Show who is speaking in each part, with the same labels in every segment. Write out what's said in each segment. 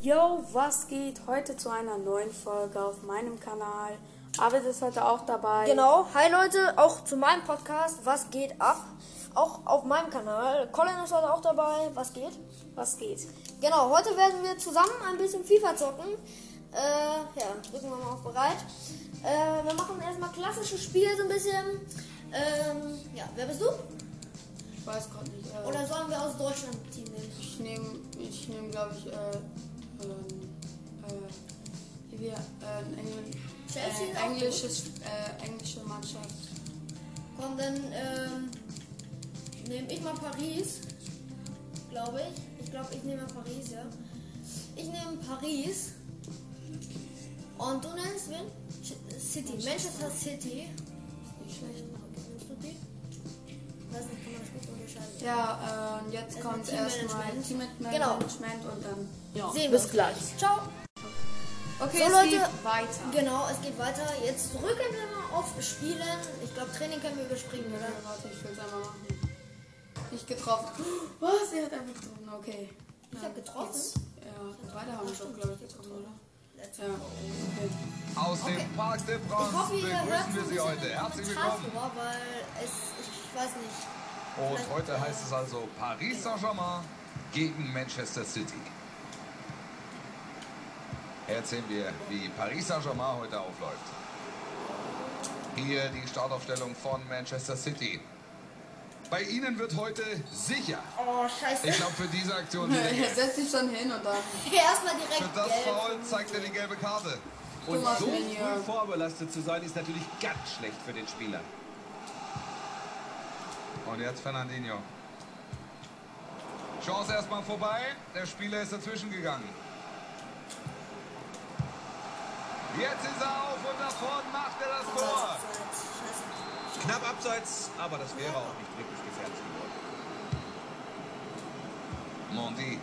Speaker 1: Yo, was geht? Heute zu einer neuen Folge auf meinem Kanal. Arvid ist heute auch dabei.
Speaker 2: Genau. Hi Leute, auch zu meinem Podcast Was geht ab? Auch auf meinem Kanal. Colin ist heute auch dabei. Was geht?
Speaker 1: Was geht?
Speaker 2: Genau, heute werden wir zusammen ein bisschen FIFA zocken. Äh, ja, drücken wir mal auf bereit. Äh, wir machen erstmal klassisches Spiel so ein bisschen. Ähm, ja, wer bist du?
Speaker 3: Ich weiß gerade nicht. Äh,
Speaker 2: Oder sollen wir aus Deutschland ein Team nehmen?
Speaker 3: ich nehme, ich nehme, glaube ich, äh, ähm, äh, wie wir, äh, ein Engl
Speaker 2: Chelsea ist
Speaker 3: äh,
Speaker 2: auch gut.
Speaker 3: englisches, äh, englische Mannschaft.
Speaker 2: Komm, dann ähm, nehme ich mal Paris, glaube ich. Ich glaube, ich nehme Paris, ja. Ich nehme Paris. Und du nennst wen? Ch- City, Manchester City. Nicht schlecht, okay, nimmst du die? Weiß nicht, kann man das gut unterscheiden.
Speaker 3: Ja, äh, jetzt
Speaker 2: Erstmal
Speaker 3: kommt
Speaker 2: Teammanagement.
Speaker 3: erstmal
Speaker 2: Also Genau.
Speaker 3: Teammanagement und dann, ja.
Speaker 2: Sehen wir
Speaker 1: bis
Speaker 2: uns
Speaker 1: gleich.
Speaker 2: Ciao.
Speaker 3: Okay,
Speaker 2: So,
Speaker 3: es
Speaker 2: Leute.
Speaker 3: geht weiter.
Speaker 2: Genau, es geht weiter. Jetzt drücken wir mal auf Spielen. Ich glaube, Training können wir überspringen,
Speaker 3: Ja,
Speaker 2: oder?
Speaker 3: warte, ich will es einmal machen. Nicht getroffen. Was? Er hat einfach getroffen, okay.
Speaker 2: Ich
Speaker 3: Ja,
Speaker 2: hab getroffen?
Speaker 3: Jetzt, ja, beide haben schon, glaube ich, getroffen, oder? Ja, okay.
Speaker 4: Aus
Speaker 2: Okay.
Speaker 4: dem Park de
Speaker 2: Ich
Speaker 4: France
Speaker 2: hoffe, ihr hört
Speaker 4: begrüßen wir Sie heute. Herzlich willkommen.
Speaker 2: War, weil es, ich weiß nicht.
Speaker 4: Und heute heißt es also Paris Saint-Germain gegen Manchester City. Erzählen wir, wie Paris Saint-Germain heute aufläuft. Hier die Startaufstellung von Manchester City. Bei Ihnen wird heute sicher.
Speaker 2: Oh, scheiße.
Speaker 4: Ich glaube, für diese Aktion die
Speaker 3: Er
Speaker 4: Länge.
Speaker 3: setzt sich schon hin und dann.
Speaker 2: Erstmal
Speaker 4: Für
Speaker 2: direkt
Speaker 4: das
Speaker 2: gelb.
Speaker 4: Foul zeigt er die gelbe Karte.
Speaker 5: Und
Speaker 3: Thomas
Speaker 5: so
Speaker 3: Meunier.
Speaker 5: früh vorbelastet zu sein, ist natürlich ganz schlecht für den Spieler.
Speaker 4: Und jetzt Fernandinho. Chance erstmal vorbei. Der Spieler ist dazwischen gegangen. Jetzt ist er auf und davon macht er das Tor.
Speaker 2: Scheiße.
Speaker 5: Knapp abseits, aber das wäre auch nicht wirklich gefährlich geworden.
Speaker 4: Mondi.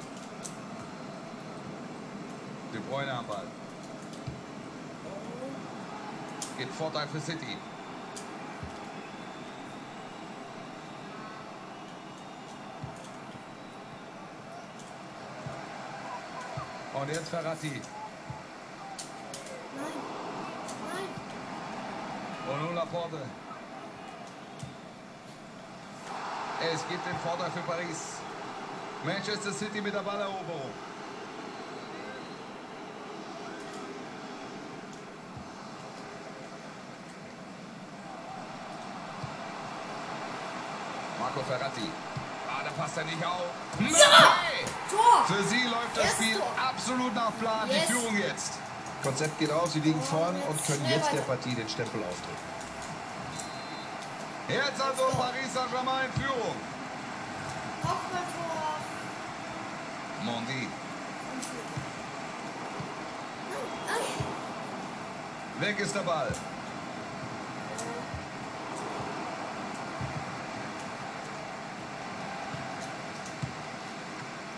Speaker 4: De Bruyne am Ball. Gibt Vorteil für City. Und jetzt Oh, Ferrati.
Speaker 2: Nein. Nein.
Speaker 4: Und nun Laporte. Es gibt den Vorteil für Paris. Manchester City mit der Balleroberung. Marco Ferrati. Ah, da passt er nicht auf. Nein!
Speaker 2: Tor.
Speaker 4: Für sie läuft das
Speaker 2: Erst
Speaker 4: Spiel
Speaker 2: Tor.
Speaker 4: absolut nach Plan.
Speaker 2: Yes. Oh,
Speaker 4: Die Führung jetzt.
Speaker 5: Konzept geht auf, sie liegen vorn
Speaker 2: jetzt
Speaker 5: und können
Speaker 2: schnell
Speaker 5: jetzt der
Speaker 2: weiter.
Speaker 5: Partie den Stempel aufdrücken.
Speaker 4: Jetzt also
Speaker 2: Oh.
Speaker 4: Paris Saint-Germain in Führung.
Speaker 2: Kopfballtor.
Speaker 4: Mondi.
Speaker 2: Nein.
Speaker 4: Weg ist der Ball.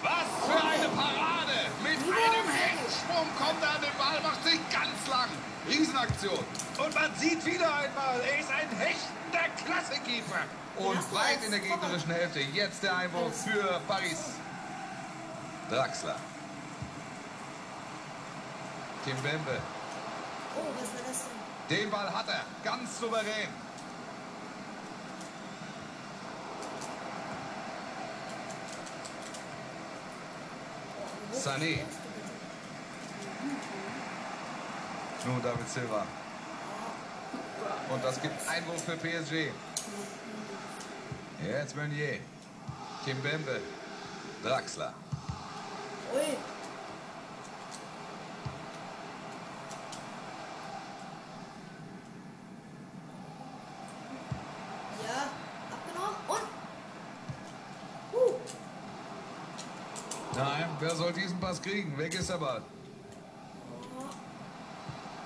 Speaker 4: Was für eine Parade! Mit einem Hechtsprung kommt er an den Ball, macht sich ganz lang. Riesenaktion. Und man sieht wieder einmal, er ist ein hechtender Klassekeeper. Und breit in der gegnerischen Hälfte. Jetzt der Einwurf für Paris. Draxler. Kim Bembe.
Speaker 2: Oh, was war das denn?
Speaker 4: Den Ball hat er, ganz souverän. Sané. Nun David Silva. Und das gibt Einwurf für PSG. Jetzt Meunier. Kimbembe. Draxler.
Speaker 2: Ui. Ja, abgenommen. Und? Huh.
Speaker 4: Nein, wer soll diesen Pass kriegen? Weg ist der Ball.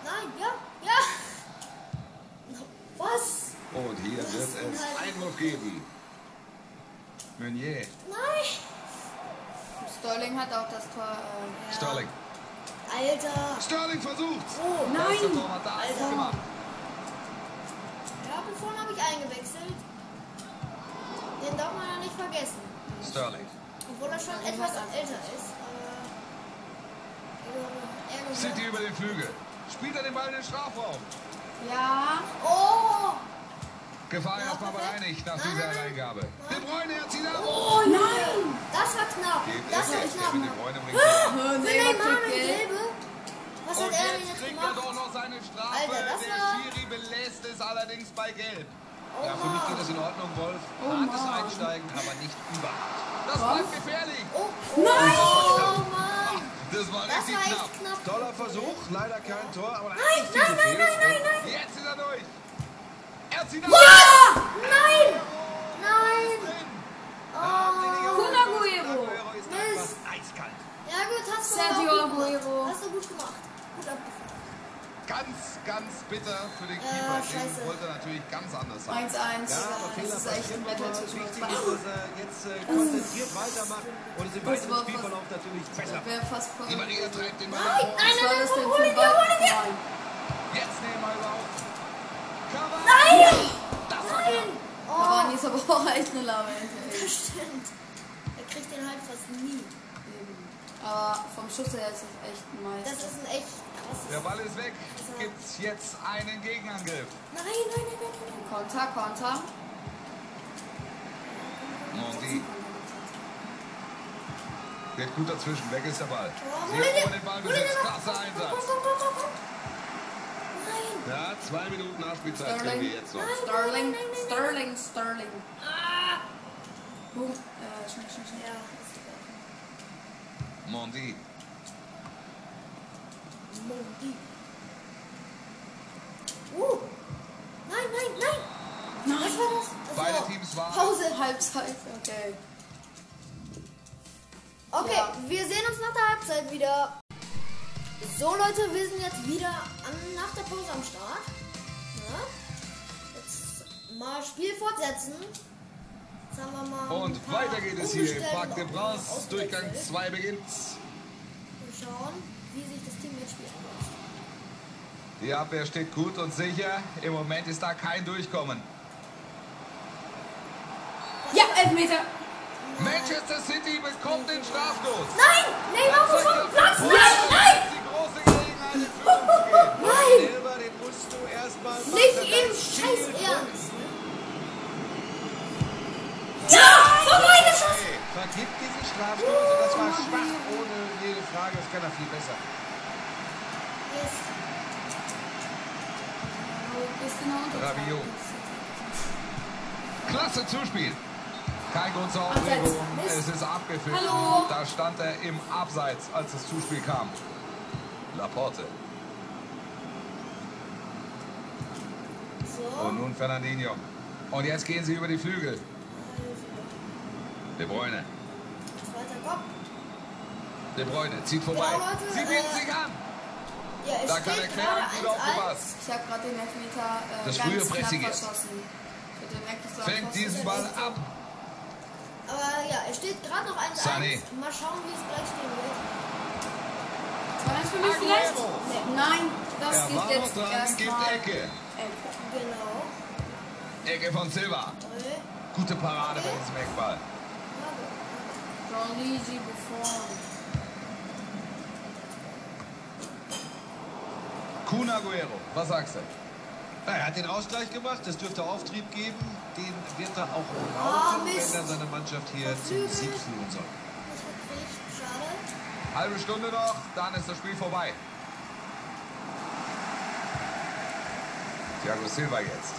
Speaker 2: Nein, ja, ja. Was?
Speaker 4: Und hier wird es Einwurf geben. Meunier.
Speaker 2: Nein.
Speaker 3: Sterling hat auch das Tor. Äh,
Speaker 4: Sterling.
Speaker 2: Alter.
Speaker 4: Sterling versucht's.
Speaker 2: Oh,
Speaker 4: Der erste Torwart da
Speaker 2: Alter.
Speaker 4: Einwurf gemacht.
Speaker 2: Ja, und vorhin habe ich eingewechselt. Den darf man ja nicht vergessen.
Speaker 4: Sterling.
Speaker 2: Obwohl er schon etwas älter ist. Aber äh,
Speaker 4: City über den Flügel. Spielt er den Ball in den Strafraum.
Speaker 3: Ja.
Speaker 2: Oh!
Speaker 4: Gefahr erstmal
Speaker 2: perfekt.
Speaker 4: bereinigt nach
Speaker 2: Nein,
Speaker 4: dieser
Speaker 2: nein, nein.
Speaker 4: Reingabe. De Bruyne, er zieht ab.
Speaker 2: Oh nein! Das war knapp.
Speaker 4: Gelb
Speaker 2: Das war
Speaker 4: ist er mit De
Speaker 2: knapp.
Speaker 4: Bruyne im Ring.
Speaker 3: Oh,
Speaker 2: Für
Speaker 3: nee,
Speaker 2: Neymar eine
Speaker 3: okay.
Speaker 2: gelbe? Was hat
Speaker 4: Und
Speaker 2: er denn
Speaker 4: jetzt
Speaker 2: jetzt
Speaker 4: kriegt er
Speaker 2: gemacht?
Speaker 4: doch noch seine Strafe.
Speaker 2: Alter, das war-
Speaker 4: Der Schiri belässt es allerdings bei Gelb.
Speaker 2: Oh
Speaker 4: Ja, für mich geht
Speaker 2: Mann. Oh
Speaker 4: das in Ordnung, Wolf. Hartes Einsteigen, aber nicht überhand. Das war gefährlich.
Speaker 2: Oh, oh, nein! Oh Mann!
Speaker 4: Das war
Speaker 2: Das
Speaker 4: richtig
Speaker 2: war
Speaker 4: knapp.
Speaker 2: echt knapp.
Speaker 5: Toller Versuch, leider kein Tor, aber
Speaker 2: Nein, nein, nein, nein, nein, nein!
Speaker 4: Jetzt ist er durch. Er zieht ab.
Speaker 2: Ah! Nein! Nein! Oh.
Speaker 4: Kun
Speaker 3: Aguero.
Speaker 4: ist
Speaker 2: Mist.
Speaker 4: einfach eiskalt.
Speaker 2: Ja gut, hast du
Speaker 3: Sergio
Speaker 2: aber gut gemacht.
Speaker 3: Aguero.
Speaker 2: Hast du gut gemacht. Gut abgefangen.
Speaker 4: Ganz, ganz bitter für den
Speaker 2: Ja,
Speaker 4: Keeper.
Speaker 2: scheiße.
Speaker 4: Den wollte er natürlich ganz anders haben.
Speaker 3: 1-1.
Speaker 5: Ja, aber Fehler
Speaker 3: das ist echt
Speaker 5: passieren,
Speaker 3: ein
Speaker 5: aber
Speaker 3: Battle
Speaker 5: wichtig ist, dass
Speaker 3: zwischen uns beiden.
Speaker 5: er jetzt äh, konzentriert weitermacht und es im weiteren
Speaker 3: war
Speaker 5: Spielverlauf natürlich besser
Speaker 3: Wäre fast voll.
Speaker 4: Die Maria treibt den Ball.
Speaker 2: Nein,
Speaker 4: nach vorne.
Speaker 2: nein, nein,
Speaker 3: Was war das denn
Speaker 2: hol
Speaker 3: für
Speaker 2: ihn
Speaker 3: ein
Speaker 2: dir, hol ihn dir!
Speaker 3: Ball?
Speaker 4: Jetzt nehmen wir ihn auf. Cover.
Speaker 2: Nein!
Speaker 4: Das war
Speaker 2: Nein!
Speaker 3: Aber
Speaker 2: Oh,
Speaker 3: ist aber auch echt eine Lava.
Speaker 2: stimmt. Er kriegt den halt fast nie.
Speaker 3: Aber vom Schuss her ist es echt ein
Speaker 2: Das
Speaker 3: Meister.
Speaker 2: ist ein echt
Speaker 4: Der
Speaker 2: krasses...
Speaker 4: Ball ist weg. Gibt's jetzt einen Gegenangriff?
Speaker 2: Nein, nein, nein, nein, nein, nein.
Speaker 3: Konter, Konter.
Speaker 4: Mondi wird gut dazwischen. Weg ist der Ball.
Speaker 2: Oh, hol ihn
Speaker 4: Sehr
Speaker 2: dir!
Speaker 4: ohne Ball
Speaker 2: Hol ihn dir noch!
Speaker 4: Klasse
Speaker 2: Komm, komm,
Speaker 4: Einsatz.
Speaker 2: komm, komm, komm, komm! Nein!
Speaker 4: Ja, zwei Minuten Nachspielzeit
Speaker 3: Sterling.
Speaker 4: kriegen wir jetzt noch.
Speaker 3: Sterling, Sterling, Sterling.
Speaker 2: Ah.
Speaker 3: Boom. Äh, schnell, schnell, schnell.
Speaker 2: Ja.
Speaker 4: Mondi.
Speaker 2: Mondi. Uh. Nein, nein, nein. Was war das? das
Speaker 4: Beide
Speaker 2: war
Speaker 4: Teams waren-
Speaker 2: Pause.
Speaker 3: Halbzeit, okay.
Speaker 2: Okay,
Speaker 3: Ja.
Speaker 2: wir sehen uns nach der Halbzeit wieder. So Leute, wir sind jetzt wieder an, nach der Pause am Start. Ja? Jetzt mal Spiel fortsetzen. Jetzt haben wir mal ein
Speaker 4: Und
Speaker 2: paar
Speaker 4: weiter geht es hier im
Speaker 2: Umgestellte
Speaker 4: Park de
Speaker 2: noch
Speaker 4: Brance.
Speaker 2: ausgewechselt.
Speaker 4: Durchgang 2 beginnt.
Speaker 2: Und schauen, wie sich das Team jetzt spielt.
Speaker 4: Die Abwehr steht gut und sicher. Im Moment ist da kein Durchkommen.
Speaker 3: Ja, Elfmeter.
Speaker 4: Manchester City bekommt den Strafstoß.
Speaker 2: Nein! Neymar muss vom Platz! Nein! Nein!
Speaker 4: Die große Gelegenheit in Führung zu gehen.
Speaker 2: Nein!
Speaker 5: Selber, den musst du erstmal
Speaker 2: Nicht im Scheiß Ernst!
Speaker 4: Hey,
Speaker 5: Vergib diesen Strafstoß, und das war schwach, ohne jede Frage, das kann er viel besser.
Speaker 2: Ist
Speaker 3: Wo ist genau unter?
Speaker 4: Rabiot. Klasse Zuspiel. Kein Grund zur
Speaker 3: Abseits.
Speaker 4: Aufregung.
Speaker 3: Mist.
Speaker 4: Es ist abgepfiffen.
Speaker 3: Hallo.
Speaker 4: Da stand er im Abseits, als das Zuspiel kam. Laporte.
Speaker 2: so.
Speaker 4: Und nun Fernandinho. Und jetzt gehen sie über die Flügel. De Bruyne.
Speaker 2: Zweiter Kopf.
Speaker 4: De Bruyne zieht vorbei.
Speaker 2: Ja, Leute,
Speaker 4: sie bieten
Speaker 2: äh,
Speaker 4: sich an.
Speaker 2: Ja, es
Speaker 4: Da kann er
Speaker 2: steht
Speaker 4: klären.
Speaker 2: gerade 1-1.
Speaker 4: Gut aufgepasst.
Speaker 3: Ich habe gerade den Elfmeter äh,
Speaker 4: Das frühe
Speaker 3: ganz knapp
Speaker 4: Pressing jetzt.
Speaker 3: verschossen. Mit dem Eckstrahl
Speaker 4: Fängt diesen Ball ab.
Speaker 2: Aber ja, es steht gerade noch 1-1.
Speaker 4: Sané.
Speaker 2: Mal schauen, wie es gleich stehen wird.
Speaker 3: War das für mich vielleicht?
Speaker 4: Aguero.
Speaker 3: Nee. Nein, das
Speaker 4: Er
Speaker 3: gibt
Speaker 4: war noch
Speaker 3: jetzt äh,
Speaker 4: dran, gibt
Speaker 3: erstmal.
Speaker 4: Ecke.
Speaker 3: Ecke.
Speaker 2: Genau.
Speaker 4: Ecke von Silva.
Speaker 2: Toll.
Speaker 4: Gute Parade bei diesem Eckball.
Speaker 3: Gianluigi Buffon.
Speaker 4: Kun Aguero. Was sagst du?
Speaker 5: Na, er hat den Ausgleich gemacht, das dürfte Auftrieb geben. Den wird er auch
Speaker 2: Ah,
Speaker 3: Oh,
Speaker 5: brauchen,
Speaker 2: Mist.
Speaker 5: wenn er seine Mannschaft hier zum Sieg führen soll.
Speaker 2: Nicht gekriegt. Schade.
Speaker 4: Halbe Stunde noch, dann ist das Spiel vorbei. Thiago Silva jetzt.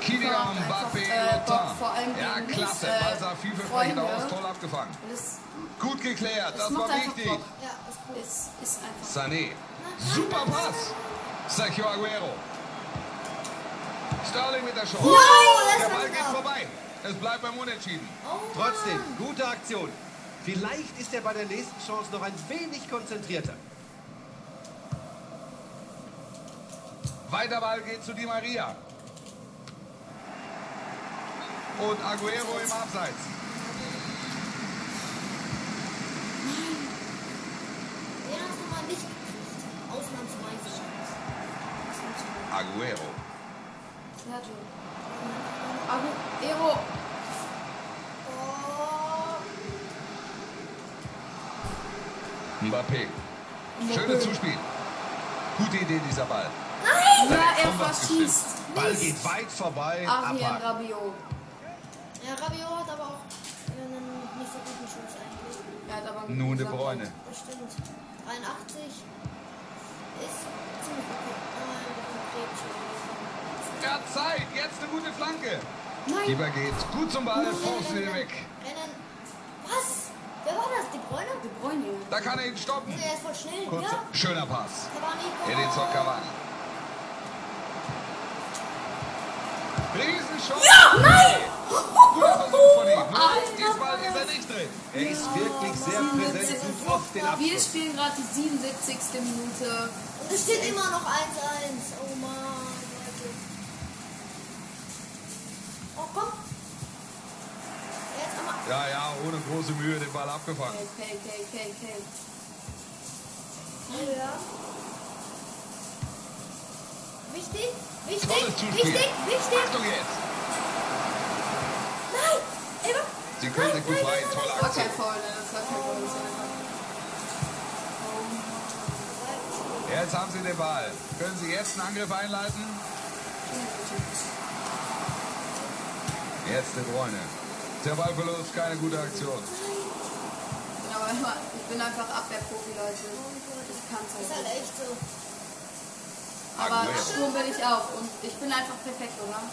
Speaker 4: Kylian
Speaker 3: Verdammt, einfach,
Speaker 4: Mbappé
Speaker 3: äh, Bock, vor allem
Speaker 4: Lothar. Ja,
Speaker 3: gegen
Speaker 4: klasse.
Speaker 3: links, äh,
Speaker 4: Ball sah vielversprechend
Speaker 3: Freunde.
Speaker 4: aus. Toll abgefangen.
Speaker 3: Und es,
Speaker 4: Gut geklärt.
Speaker 3: es
Speaker 4: Das
Speaker 3: macht
Speaker 4: war
Speaker 3: einfach
Speaker 4: wichtig.
Speaker 3: Bock.
Speaker 2: Ja, ist ne? gut.
Speaker 3: Es ist einfach.
Speaker 4: Sané. Super Pass. Sergio Aguero. Sterling mit der Chance.
Speaker 2: das
Speaker 4: der
Speaker 2: war
Speaker 4: Ball geht
Speaker 2: knapp.
Speaker 4: vorbei. Es bleibt beim Unentschieden.
Speaker 2: Oh,
Speaker 5: Trotzdem,
Speaker 2: Mann.
Speaker 5: gute Aktion. Vielleicht ist er bei der nächsten Chance noch ein wenig konzentrierter.
Speaker 4: Weiter Ball geht zu Di Maria. Und Aguero im Abseits.
Speaker 2: Den hast du mal nicht gekriegt. Ausnahmsweise.
Speaker 4: Aguero.
Speaker 3: Sergio. Aguero.
Speaker 2: Oh.
Speaker 4: Mbappé. Schönes Zuspiel. Gute Idee, dieser Ball.
Speaker 3: Ja, er
Speaker 4: Kombats
Speaker 3: verschießt.
Speaker 4: gestimmt. Ball geht weit vorbei.
Speaker 3: Ach, hier ein
Speaker 4: Abhaken.
Speaker 3: Rabiot.
Speaker 2: Ja, Rabiot hat aber auch einen nicht so guten Schuss eigentlich.
Speaker 3: Er hat aber einen
Speaker 4: Nun de
Speaker 3: guten Sammler.
Speaker 4: Bräune.
Speaker 2: Das stimmt. 83 ist ziemlich okay. Nein, das ist ein Gretchen.
Speaker 4: Er hat Zeit. Jetzt eine gute Flanke.
Speaker 2: Nein.
Speaker 4: Lieber geht's. Gut zum Ball. Forst
Speaker 2: Rennen,
Speaker 4: ihn
Speaker 2: rennen,
Speaker 4: weg.
Speaker 2: Rennen. Was? Wer war das? Die Bräune?
Speaker 3: De Bruyne.
Speaker 4: Da kann er ihn stoppen.
Speaker 2: Er ist voll schnell.
Speaker 4: Kurz.
Speaker 2: Ja.
Speaker 4: Schöner Pass.
Speaker 2: Cavani.
Speaker 4: Edinson Cavani. Riesenschuss.
Speaker 2: Ja, nein!
Speaker 4: Guter Versuch von ihm. Nur diesmal ist er nicht drin. Er ist wirklich sehr präsent und oft den
Speaker 3: Wir
Speaker 4: Abschluss.
Speaker 3: spielen gerade die 77. Minute.
Speaker 2: Und es steht immer noch 1-1. Oh Mann, Leute. Oh, komm. Jetzt einmal.
Speaker 4: Ja, ja, ohne große Mühe den Ball abgefangen.
Speaker 3: Okay, okay, okay, okay.
Speaker 2: Oh, ja. Wichtig,
Speaker 4: Tolles
Speaker 2: wichtig,
Speaker 4: Zuspiel.
Speaker 2: wichtig, wichtig.
Speaker 4: Achtung jetzt.
Speaker 2: Nein! Eva!
Speaker 4: Sie können
Speaker 2: Nein,
Speaker 4: sich gut
Speaker 2: nein,
Speaker 4: rein.
Speaker 2: nein,
Speaker 4: Tolle
Speaker 3: Das war
Speaker 4: Aktion.
Speaker 3: kein Foul, ne? Das war kein Foul. Das war einfach-
Speaker 4: Jetzt haben Sie den Ball. Können Sie jetzt einen Angriff einleiten?
Speaker 3: Genau,
Speaker 4: Jetzt De Bruyne. Der Ballverlust, keine gute Aktion.
Speaker 3: Ich bin aber immer- Ich bin einfach Abwehrprofi, Leute. Ich
Speaker 2: Das
Speaker 3: kann's
Speaker 2: ist
Speaker 3: halt
Speaker 2: halt
Speaker 3: nicht.
Speaker 2: echt so.
Speaker 3: Aber
Speaker 4: Aguero.
Speaker 3: Sturm bin ich auch. Und ich bin einfach perfekt, oder? Ich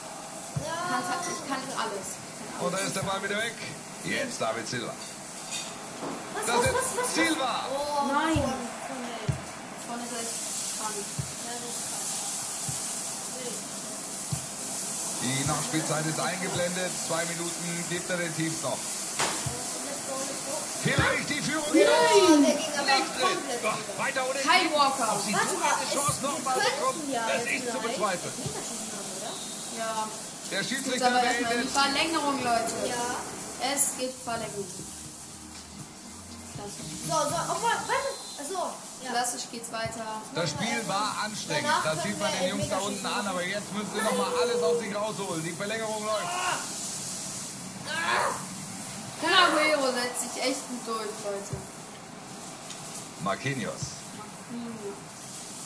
Speaker 2: Ja,
Speaker 3: kann's halt- Ich kann alles. Ich kann
Speaker 4: Und da
Speaker 3: alles.
Speaker 4: ist der Ball wieder weg. Jetzt David
Speaker 2: was,
Speaker 4: Silva. Das
Speaker 2: was, was,
Speaker 4: ist
Speaker 2: was?
Speaker 4: Silva.
Speaker 2: Oh,
Speaker 3: Nein.
Speaker 2: Von, von, ey.
Speaker 3: Vorne gleich dran.
Speaker 2: Ja, das ist krass. Wild.
Speaker 4: Die Nachspielzeit ist eingeblendet. Zwei Minuten gibt er den Teams noch.
Speaker 2: Let's go, let's go.
Speaker 4: Vielleicht die Führung
Speaker 2: Oh, der ging aber
Speaker 4: Nicht drin.
Speaker 2: komplett
Speaker 4: Doch,
Speaker 2: drüber.
Speaker 4: weiter oder
Speaker 3: Kai Walker.
Speaker 4: Ob sie
Speaker 2: Warte
Speaker 4: so
Speaker 2: mal,
Speaker 4: eine
Speaker 2: es-
Speaker 4: Chance
Speaker 2: wir
Speaker 4: nochmal bekommen,
Speaker 2: könnten ja
Speaker 4: das
Speaker 2: jetzt
Speaker 4: ist zu
Speaker 2: vielleicht
Speaker 4: bezweifeln.
Speaker 2: Elfmeterschießen haben, oder?
Speaker 3: Ja.
Speaker 4: Der
Speaker 3: Jetzt
Speaker 4: Schiedsrichter
Speaker 3: aber erstmal die
Speaker 4: beendet.
Speaker 3: Verlängerung, Leute.
Speaker 2: Ja.
Speaker 3: Es geht Verlängerung. Klassisch.
Speaker 2: So, so, oh, warte, warte. Also, Achso, ja.
Speaker 3: Klassisch geht's weiter.
Speaker 4: Das Spiel war anstrengend.
Speaker 2: Danach
Speaker 4: Das
Speaker 2: können
Speaker 4: sieht man
Speaker 2: wir
Speaker 4: den Jungs da
Speaker 2: Elfmeterschießen
Speaker 4: unten an. Aber jetzt müssen sie nochmal alles aus sich rausholen. Die Verlängerung läuft.
Speaker 3: Canaguero setzt sich echt gut durch, Leute.
Speaker 4: Marquinhos.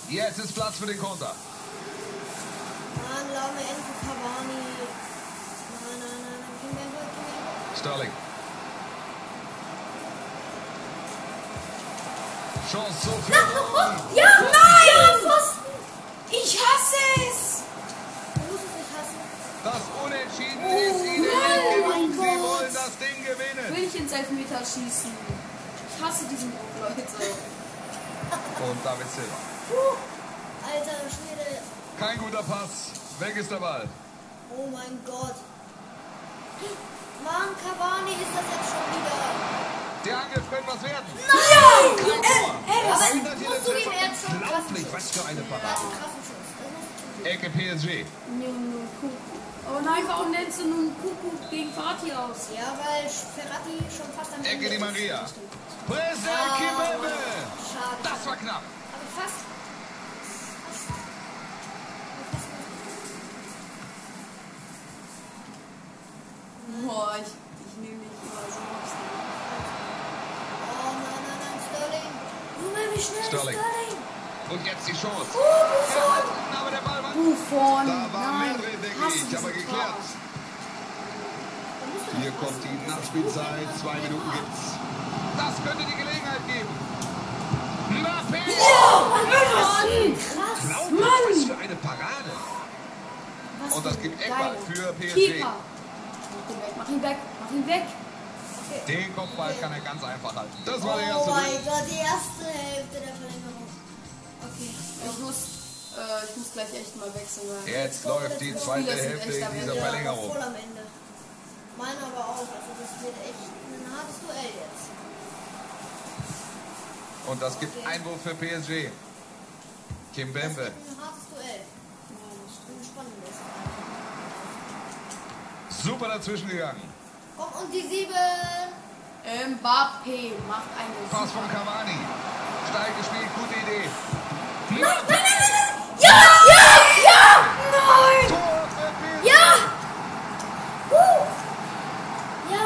Speaker 4: Jetzt ist Platz für den Konter.
Speaker 2: Mann, Lame, Enzo, Cavani. Nein, nein, nein, nein. King Ben Holt, King Ben Holt.
Speaker 4: Sterling. Chance zur Führung.
Speaker 2: Ja, nein!
Speaker 3: Ich hasse es!
Speaker 2: Du musst es nicht hassen.
Speaker 4: Das Unentschieden
Speaker 2: Oh
Speaker 4: ist ihnen nicht genug. Sie wollen das Ding gewinnen.
Speaker 3: Will ich ins Elfmeter schießen? Ich hasse diesen Druck, Leute.
Speaker 4: Und David Silva.
Speaker 2: Puh. Alter Schwede.
Speaker 4: Kein guter Pass. Weg ist der Ball.
Speaker 2: Oh mein Gott. Mann, Cavani ist das jetzt schon wieder.
Speaker 4: Der Angriff könnte was werden.
Speaker 2: Nein! Ey,
Speaker 4: Das
Speaker 2: aber
Speaker 4: ändert
Speaker 2: musst
Speaker 4: hier
Speaker 2: du
Speaker 4: den
Speaker 2: ihm jetzt
Speaker 4: Treffer.
Speaker 2: schon
Speaker 4: Unglaublich, was für eine
Speaker 2: Das
Speaker 4: Parade.
Speaker 2: ist ein krassen Schuss. Das musst du tun.
Speaker 4: Ecke PSG.
Speaker 3: Nun Kuku. Oh nein, warum nennst du nun Kuku gegen Fatih aus?
Speaker 2: Ja, weil Ferrati schon fast am
Speaker 4: Ecke
Speaker 2: Ende
Speaker 4: Di
Speaker 2: ist.
Speaker 4: Maria. Presse
Speaker 2: Ah,
Speaker 4: Kimmel.
Speaker 2: Schade.
Speaker 4: Das war knapp.
Speaker 2: Aber fast. Fast. Fast.
Speaker 3: Boah, ich, ich nehme mich immer so ne? aufs
Speaker 2: Oh nein, nein, nein, Sterling. Junge, wie schnell
Speaker 4: Sterling.
Speaker 2: ist Sterling? Oh,
Speaker 4: Und jetzt die Chance.
Speaker 2: Buffon.
Speaker 4: Aber der Ball war...
Speaker 3: Buffon,
Speaker 4: Da war
Speaker 3: nein,
Speaker 4: Medvedev,
Speaker 3: ich hasse
Speaker 4: aber
Speaker 3: diesen
Speaker 4: geklärt.
Speaker 3: Torwart.
Speaker 2: Da musst du
Speaker 4: Hier
Speaker 2: doch
Speaker 4: kommt
Speaker 2: passen.
Speaker 4: die Nachspielzeit. Zwei Minuten gibt's. Das könnte die Gelegenheit geben. Mbappé.
Speaker 3: Oh,
Speaker 2: Krass.
Speaker 4: Unglaublich, was für eine Parade.
Speaker 3: Was
Speaker 4: Und Oh, das
Speaker 3: für
Speaker 4: gibt
Speaker 3: ein
Speaker 4: Eckball
Speaker 3: geiler
Speaker 4: für PSG.
Speaker 3: Keeper. Mach ihn weg, mach ihn weg, mach ihn weg.
Speaker 4: Den Kopfball kann er ganz einfach halten. Das war der
Speaker 2: Oh
Speaker 4: erste Wurf.
Speaker 2: mein Gott, die erste Hälfte der Verlängerung.
Speaker 3: Okay, ich muss, äh, ich muss gleich echt mal wechseln. Weil
Speaker 4: Jetzt läuft die zweite Hälfte in dieser
Speaker 2: Ja,
Speaker 4: Verlängerung.
Speaker 2: voll am Ende. Meine aber auch. Also das wird echt ein hartes Duell jetzt.
Speaker 4: Und das gibt Einwurf für PSG. Kim
Speaker 2: Das
Speaker 4: Bembe.
Speaker 2: wird ein hartes Duell. Ein spannendes.
Speaker 4: Super dazwischen gegangen.
Speaker 2: Komm, Oh, und die sieben.
Speaker 3: Mbappé macht eine
Speaker 4: Pass
Speaker 3: super-
Speaker 4: von Cavani. Steil gespielt, gute Idee.
Speaker 2: Ja! Ja! Ja! Nein!
Speaker 4: Tor für PSG.
Speaker 2: Ja! Huh. Ja,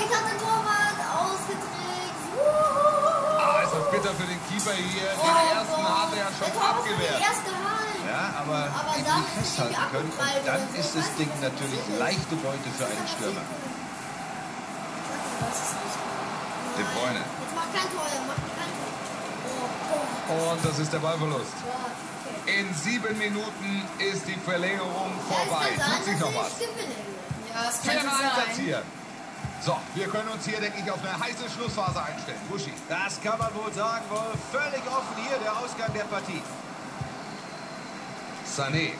Speaker 2: ich hab den Torwart ausgetrickst. Wuhu.
Speaker 4: Ah, ist das bitter für den Keeper hier.
Speaker 2: Oh
Speaker 4: Den ersten hat er ja schon abgewehrt.
Speaker 2: Erste Hand.
Speaker 4: Ja, aber,
Speaker 2: Aber
Speaker 4: eben
Speaker 2: dann
Speaker 4: nicht
Speaker 2: ist es
Speaker 4: festhalten
Speaker 2: irgendwie
Speaker 4: können.
Speaker 2: abgeprallt
Speaker 4: Und dann
Speaker 2: oder so. Ich
Speaker 4: ist das
Speaker 2: weiß
Speaker 4: Ding
Speaker 2: nicht, was
Speaker 4: natürlich
Speaker 2: passiert ist.
Speaker 4: leichte Beute für einen Stürmer.
Speaker 3: Das ist nicht.
Speaker 4: De Bruyne.
Speaker 2: Jetzt macht kein Tor, er macht kein Tor.
Speaker 4: Und das ist der Ballverlust.
Speaker 2: Oh, boah. Boah. Okay.
Speaker 4: In sieben Minuten ist die Verlängerung vorbei.
Speaker 2: Ja, es kann
Speaker 4: Tut sich
Speaker 2: sein,
Speaker 4: noch
Speaker 2: dass
Speaker 4: was.
Speaker 2: wir nicht gewinnen.
Speaker 3: Ja, es
Speaker 4: Fairer
Speaker 3: könnte
Speaker 4: Einsatz
Speaker 3: sein.
Speaker 4: hier. So, wir können uns hier, denke ich, auf eine heiße Schlussphase einstellen. Buschi.
Speaker 6: Das kann man wohl sagen, Wolf. Völlig offen hier der Ausgang der Partie.
Speaker 4: Sané.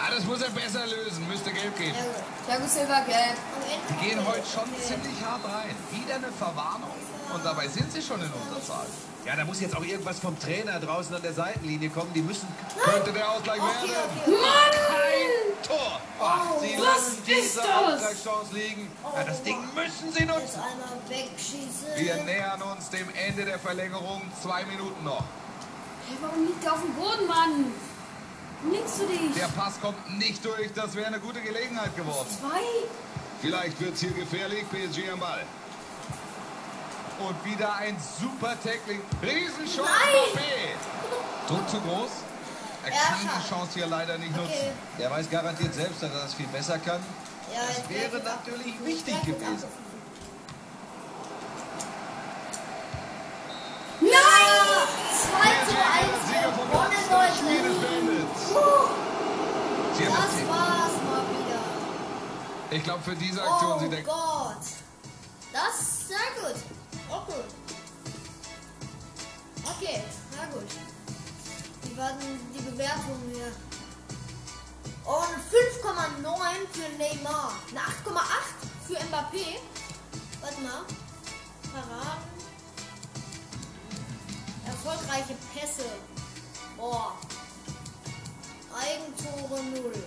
Speaker 4: Ah, das muss er besser lösen. Müsste gelb geben.
Speaker 2: Ja, gut.
Speaker 3: Thiago Silva, gelb.
Speaker 2: Am Ende
Speaker 4: Die gehen heute schon
Speaker 2: Okay.
Speaker 4: ziemlich hart rein. Wieder eine Verwarnung. Und dabei sind sie schon in Unterzahl.
Speaker 6: Ja, da muss jetzt auch irgendwas vom Trainer draußen an der Seitenlinie kommen. Die müssen.
Speaker 4: Könnte der Ausgleich
Speaker 2: Okay,
Speaker 4: werden?
Speaker 2: okay, okay.
Speaker 4: Ein Tor!
Speaker 6: Ach, sie
Speaker 3: Oh, was
Speaker 6: lassen
Speaker 3: ist
Speaker 6: diese
Speaker 3: das? Oh.
Speaker 6: Ausgleichschance liegen.
Speaker 4: Ja, das Ding müssen sie
Speaker 2: Jetzt
Speaker 4: nutzen.
Speaker 2: einmal wegschießen.
Speaker 4: Wir nähern uns dem Ende der Verlängerung. Zwei Minuten noch.
Speaker 7: Hey, warum liegt der auf dem Boden, Mann? Warum legst du dich?
Speaker 4: Der Pass kommt nicht durch. Das wäre eine gute Gelegenheit geworden.
Speaker 7: Zwei?
Speaker 4: Vielleicht wird es hier gefährlich. PSG am Ball. Und wieder ein super Tackling. Riesenschuss. Mbappé. Druck zu groß. Er
Speaker 2: Ja,
Speaker 4: kann
Speaker 2: schade.
Speaker 4: die Chance hier leider nicht nutzen.
Speaker 2: Okay.
Speaker 6: Der weiß garantiert selbst, dass er das viel besser kann.
Speaker 2: Ja,
Speaker 6: Das
Speaker 2: jetzt
Speaker 6: wäre
Speaker 2: gleich wieder.
Speaker 6: natürlich wichtig
Speaker 2: Gleich wieder.
Speaker 6: gewesen.
Speaker 2: Nein! 2
Speaker 4: PSG
Speaker 2: zu
Speaker 4: hat den
Speaker 2: 1
Speaker 4: Sieger vom
Speaker 2: ohne
Speaker 4: letzten Spiel
Speaker 2: Deutschland.
Speaker 4: beendet. Hier
Speaker 2: Das
Speaker 4: das Team.
Speaker 2: war's mal wieder.
Speaker 4: Ich glaube, für diese Aktion, sie
Speaker 2: Oh
Speaker 4: denkt,
Speaker 2: Gott. Das ist sehr gut. Auch gut. Okay, na gut. Wie war denn die Bewertung hier? Und 5,9 für Neymar. Eine 8,8 für Mbappé. Warte mal. Paraden. Erfolgreiche Pässe. Boah. Eigentore 0.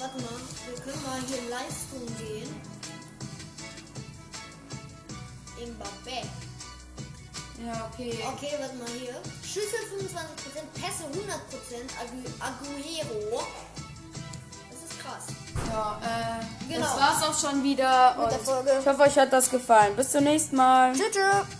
Speaker 2: Warte mal, wir können mal hier in Leistung gehen. Mbappé.
Speaker 3: Ja, okay.
Speaker 2: Okay, warte mal hier. Schüsse 25%, Pässe 100%, Agu- Aguero. Das ist krass.
Speaker 3: Ja, äh,
Speaker 2: Genau.
Speaker 3: das war's auch schon wieder.
Speaker 1: Mit der
Speaker 3: Und
Speaker 1: Folge.
Speaker 3: ich hoffe, euch hat das gefallen. Bis zum nächsten Mal.
Speaker 1: Tschüss. tschüss.